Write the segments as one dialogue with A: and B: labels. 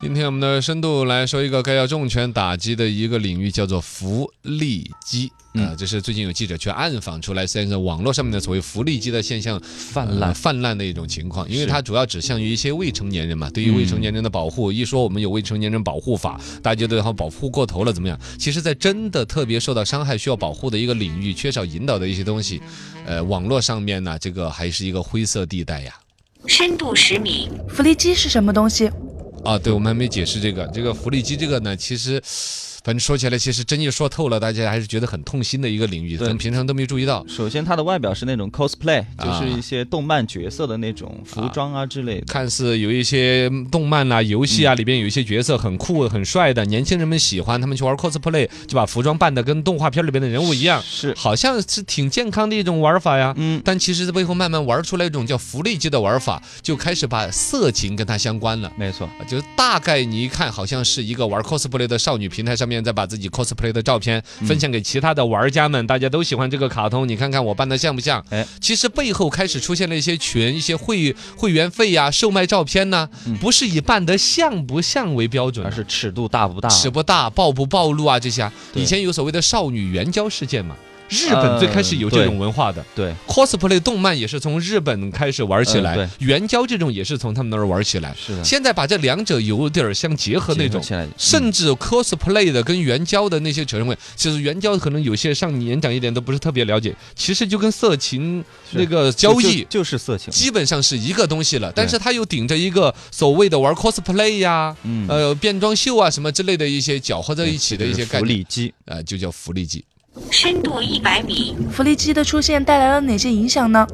A: 今天我们的深度来说一个该要重拳打击的一个领域，叫做福利机
B: 嗯
A: 啊、这是最近有记者去暗访出来，现在网络上面的所谓福利机的现象
B: 泛
A: 呃泛滥的一种情况，因为
B: 是
A: 它主要指向于一些未成年人嘛，对于未成年人的保
B: 嗯
A: 护，一说我们有未成年人保护法，大家都好像保护过头了怎么样？其实，在真的特别受到伤害需要保护的一个领域，缺少引导的一些东西，呃，网络上面呢，这个还是一个灰色地带呀。
C: 深度十米，
D: 福利机是什么东西？
A: 啊，对，我们还没解释这个，这个福利机这个呢，其实。反正说起来，其实真一说透了，大家还是觉得很痛心的一个领域，可
E: 对
A: 能平常都没注意到。
E: 首先，它的外表是那种 cosplay，就
A: 啊
E: 是一些动漫角色的那种服装啊之类的。
A: 看似有一些动漫啊、游
E: 嗯
A: 戏啊里边有一些角色很酷、很帅的，年轻人们喜欢，他们去玩 cosplay，就把服装扮得跟动画片里边的人物一样，
E: 是，
A: 好像是挺健康的一种玩法呀。
E: 嗯，
A: 但其实这背后慢慢玩出来一种叫福利机的玩法，就开始把色情跟它相关了。
E: 没错，
A: 啊就是大概你一看，好像是一个玩 cosplay 的少女平台上面在把自己 cosplay 的照片
E: 嗯
A: 分享给其他的玩家们，大家都喜欢这个卡通，你看看我扮的像不像？
E: 哎
A: 其实背后开始出现了一些群、一些会会员费呀、售卖照片呐、
E: 嗯
A: 不是以扮得像不像为标准啊
E: 而。是尺度大不大？
A: 尺不大、暴不暴露啊，这些啊
E: 啊对
A: 以
E: 呃
A: 前有所谓的少女援交事件嘛，日本最开始有这种
E: 对
A: 文化的
E: 对，
A: cosplay 动漫也是从日本开始玩起
E: 嗯
A: 来
E: 对，
A: 援交这种也是从他们那儿玩起来。
E: 是的，
A: 现在把这两者有点儿相结合那
E: 结合
A: 种。
E: 起来，嗯
A: 甚至 cosplay 的跟援交的那些成分，其实援交可能有些上年长一点都不是特别了解，其实就跟色情
E: 是
A: 那个交
E: 就
A: 易
E: 就就是色情。
A: 基本上是一个东西了，但是他又顶着一个所谓的玩 cosplay 呀、
E: 嗯，
A: 呃变装秀啊什么之类的一些搅和在
E: 对
A: 一起
E: 这
A: 的一
E: 就是
A: 些概
E: 福
A: 念，
E: 利机。
A: 呃，就叫福利机。
C: 深度一百米，
D: 福利机的出现带来了哪些影响呢？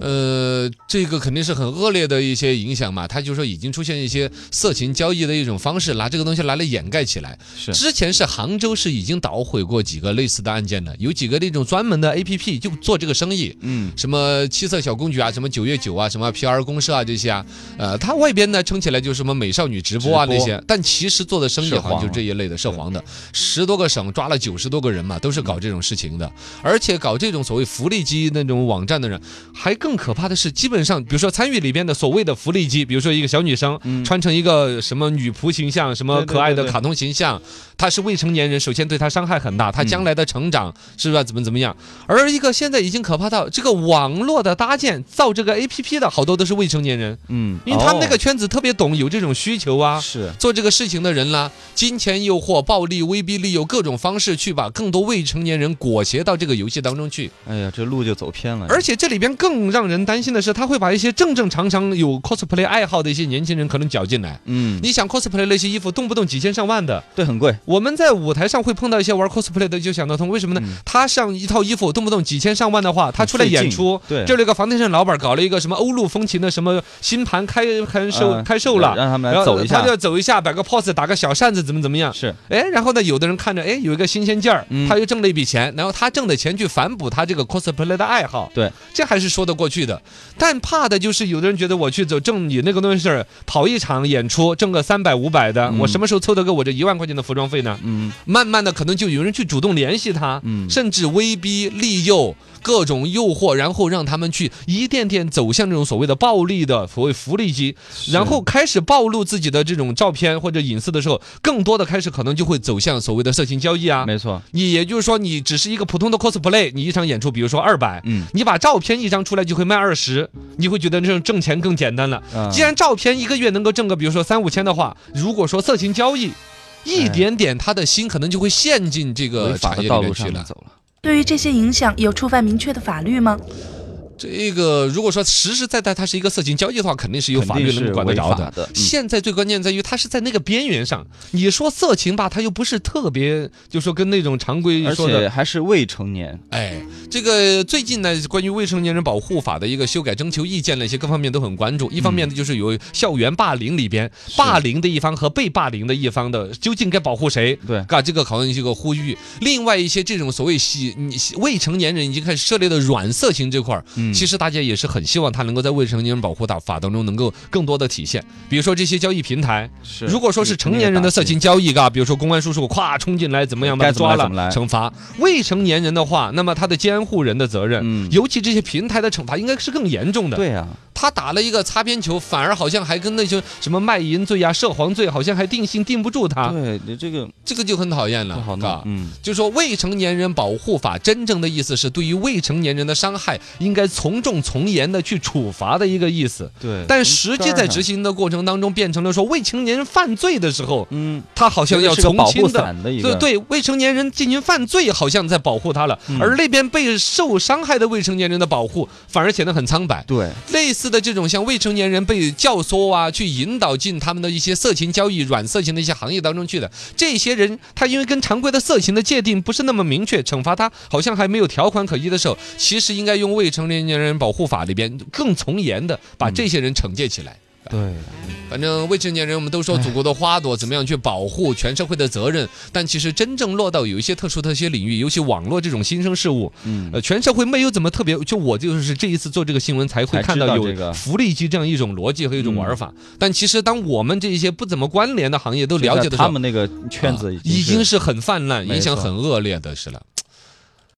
A: 呃，这个肯定是很恶劣的一些影响嘛。他就说已经出现一些色情交易的一种方式，拿这个东西拿来掩盖起来。
E: 是
A: 之前是杭州市已经捣毁过几个类似的案件了，有几个那种专门的 APP 就做这个生意。
E: 嗯，
A: 什么七色小公举啊，什么九月九啊，什么 PR 公社啊这些啊，呃，它外边呢撑起来就是什么美少女直播啊
E: 直播
A: 那些，但其实做的生意
E: 涉
A: 好像
E: 黄
A: 就
E: 了
A: 这一类的涉黄的，十多个省抓了九十多个人嘛，都是搞这种事情的，而且搞这种所谓福利机那种网站的人，还更可怕的是，基本上比如说参与里边的所谓的福利机，比如说一个小女生
E: 嗯
A: 穿成一个什么女仆形象，什么
E: 对对
A: 可爱的
E: 对对
A: 卡通形象，她是未成年人，首先对她伤害很大，她将来的成长是吧，怎么怎么样？而一个现在已经可怕到这个网络的搭建造这个 APP 的好多都是未成年人，
E: 嗯，
A: 因为他们那个
E: 哦
A: 圈子特别懂，有这种需求啊。
E: 是
A: 做这个事情的人啦，金钱诱惑、暴力、威逼利诱各种方式去把更多未成年人裹挟到这个游戏当中去。
E: 哎呀，这路就走偏了。
A: 而且这里边更让人担心的是，他会把一些正正常常有 cosplay 爱好的一些年轻人可能搅进来。
E: 嗯，
A: 你想 cosplay 那些衣服动不动几千上万的，
E: 对很贵，
A: 我们在舞台上会碰到一些玩 cosplay 的，就想得通，为什么呢？
E: 嗯
A: 他上一套衣服动不动几千上万的话，他
E: 很
A: 出来
E: 费
A: 演
E: 劲
A: 出，
E: 对
A: 这里有个房地产老板搞了一个什么欧陆风情的什么新盘开开售、
E: 呃
A: 开售了，
E: 让他们
A: 然
E: 来
A: 后
E: 走一
A: 他
E: 下
A: 就。要走一下，摆个 pose，打个小扇子，怎么怎么样？
E: 是
A: 哎，然后呢，有的人看着，哎，有一个新鲜劲儿，
E: 嗯
A: 他又挣了一笔钱，然后他挣的钱去反哺他这个 cosplay 的爱好，
E: 对，
A: 这还是说得过去的。但怕的就是有的人觉得我去走挣你那个东西儿，跑一场演出挣个三百五百的，
E: 嗯
A: 我什么时候凑得够我这一万块钱的服装费呢？
E: 嗯
A: 慢慢的，可能就有人去主动联系他，
E: 嗯
A: 甚至威逼利诱。各种诱惑，然后让他们去一点点走向这种所谓的暴力的所谓福利机，然后开始暴露自己的这种照片或者隐私的时候，更多的开始可能就会走向所谓的色情交易啊。
E: 没错，
A: 你也就是说，你只是一个普通的 cosplay，你一场演出，比如说二百，
E: 嗯，
A: 你把照片一张出来就会卖二十，你会觉得这种挣钱更简单了。
E: 啊
A: 既然照片一个月能够挣个，比如说三五千的话，如果说色情交易，一点点他的心可能就会陷进这个
E: 哎违法
A: 产业
E: 的
A: 里
E: 道
A: 面
E: 路
A: 去
E: 上
A: 了。
E: 走了。
D: 对于这些影响，有触犯明确的法律吗？
A: 这个如果说实实在在它是一个色情交易的话，肯定是有法律
E: 肯定
A: 能
E: 是
A: 管得
E: 违
A: 着
E: 法的嗯
A: 现在最关键在于它是在那个边缘上。你说色情吧，它又不是特别，就说跟那种常规
E: 而
A: 说
E: 且
A: 的。
E: 还是未成年，
A: 哎，这个最近呢，关于未成年人保护法的一个修改征求意见那些各方面都很关注。一方面呢，就是有校园霸凌里边，霸凌的一方和被霸凌的一方的究竟该保护谁？
E: 对
A: 啊，这个好像是一个呼吁。另外一些这种所谓喜你喜未成年人已经开始涉猎的软色情这块儿，
E: 嗯
A: 其实大家也是很希望它能够在未成年人保护法法当中能够更多的体现，比如说这些交易平台，
E: 是
A: 如果说是成年人的色情交易，嘎，比如说公安叔叔咵冲进来，怎么样把
E: 该
A: 他
E: 怎么
A: 抓
E: 来
A: 了
E: 怎么来，
A: 惩罚；未成年人的话，那么他的监护人的责任
E: 嗯，
A: 尤其这些平台的惩罚应该是更严重的。
E: 对啊，
A: 他打了一个擦边球，反而好像还跟那些什么卖淫罪呀、啊涉黄罪，好像还定性定不住他，
E: 对你这个
A: 这个就很讨厌
E: 不
A: 了，
E: 好
A: 嘎
E: 弄，嗯，
A: 就说未成年人保护法真正的意思是对于未成年人的伤害应该从重从严的去处罚的一个意思，
E: 对。嗯
A: 但实际在执
E: 行，
A: 行的过程当中变成了说未成年人犯罪的时候，
E: 嗯，
A: 他好像要
E: 这个是
A: 从
E: 个保护
A: 轻的
E: 伞的一
A: 对
E: 个，
A: 对，未成年人进行犯罪，好像在保护他了，
E: 嗯
A: 而那边被受伤害的未成年人的保护反而显得很苍白。
E: 对
A: 类似的这种像未成年人被教唆啊，去引导进他们的一些色情交易、软色情的一些行业当中去的，这些人他因为跟常规的色情的界定不是那么明确，惩罚他好像还没有条款可依的时候，其实应该用未成年人保护法里边更从严的把这些人惩戒起来。
E: 对，
A: 反正未成年人，我们都说祖国的花朵怎么样去保护全社会的责任，但其实真正落到有一些特殊的一些领域，尤其网络这种新生事物，
E: 嗯，
A: 呃，全社会没有怎么特别，就我就是这一次做这个新闻才会
E: 才
A: 看
E: 知
A: 到
E: 道
A: 有
E: 这个
A: 福利机这样一种逻辑和一种玩法。
E: 嗯
A: 但其实当我们这一些不怎么关联的行业都了解
E: 就
A: 的
E: 在
A: 时候，
E: 他们那个圈子
A: 啊已经
E: 是
A: 是很泛滥、
E: 没
A: 影响
E: 错
A: 很恶劣的是了。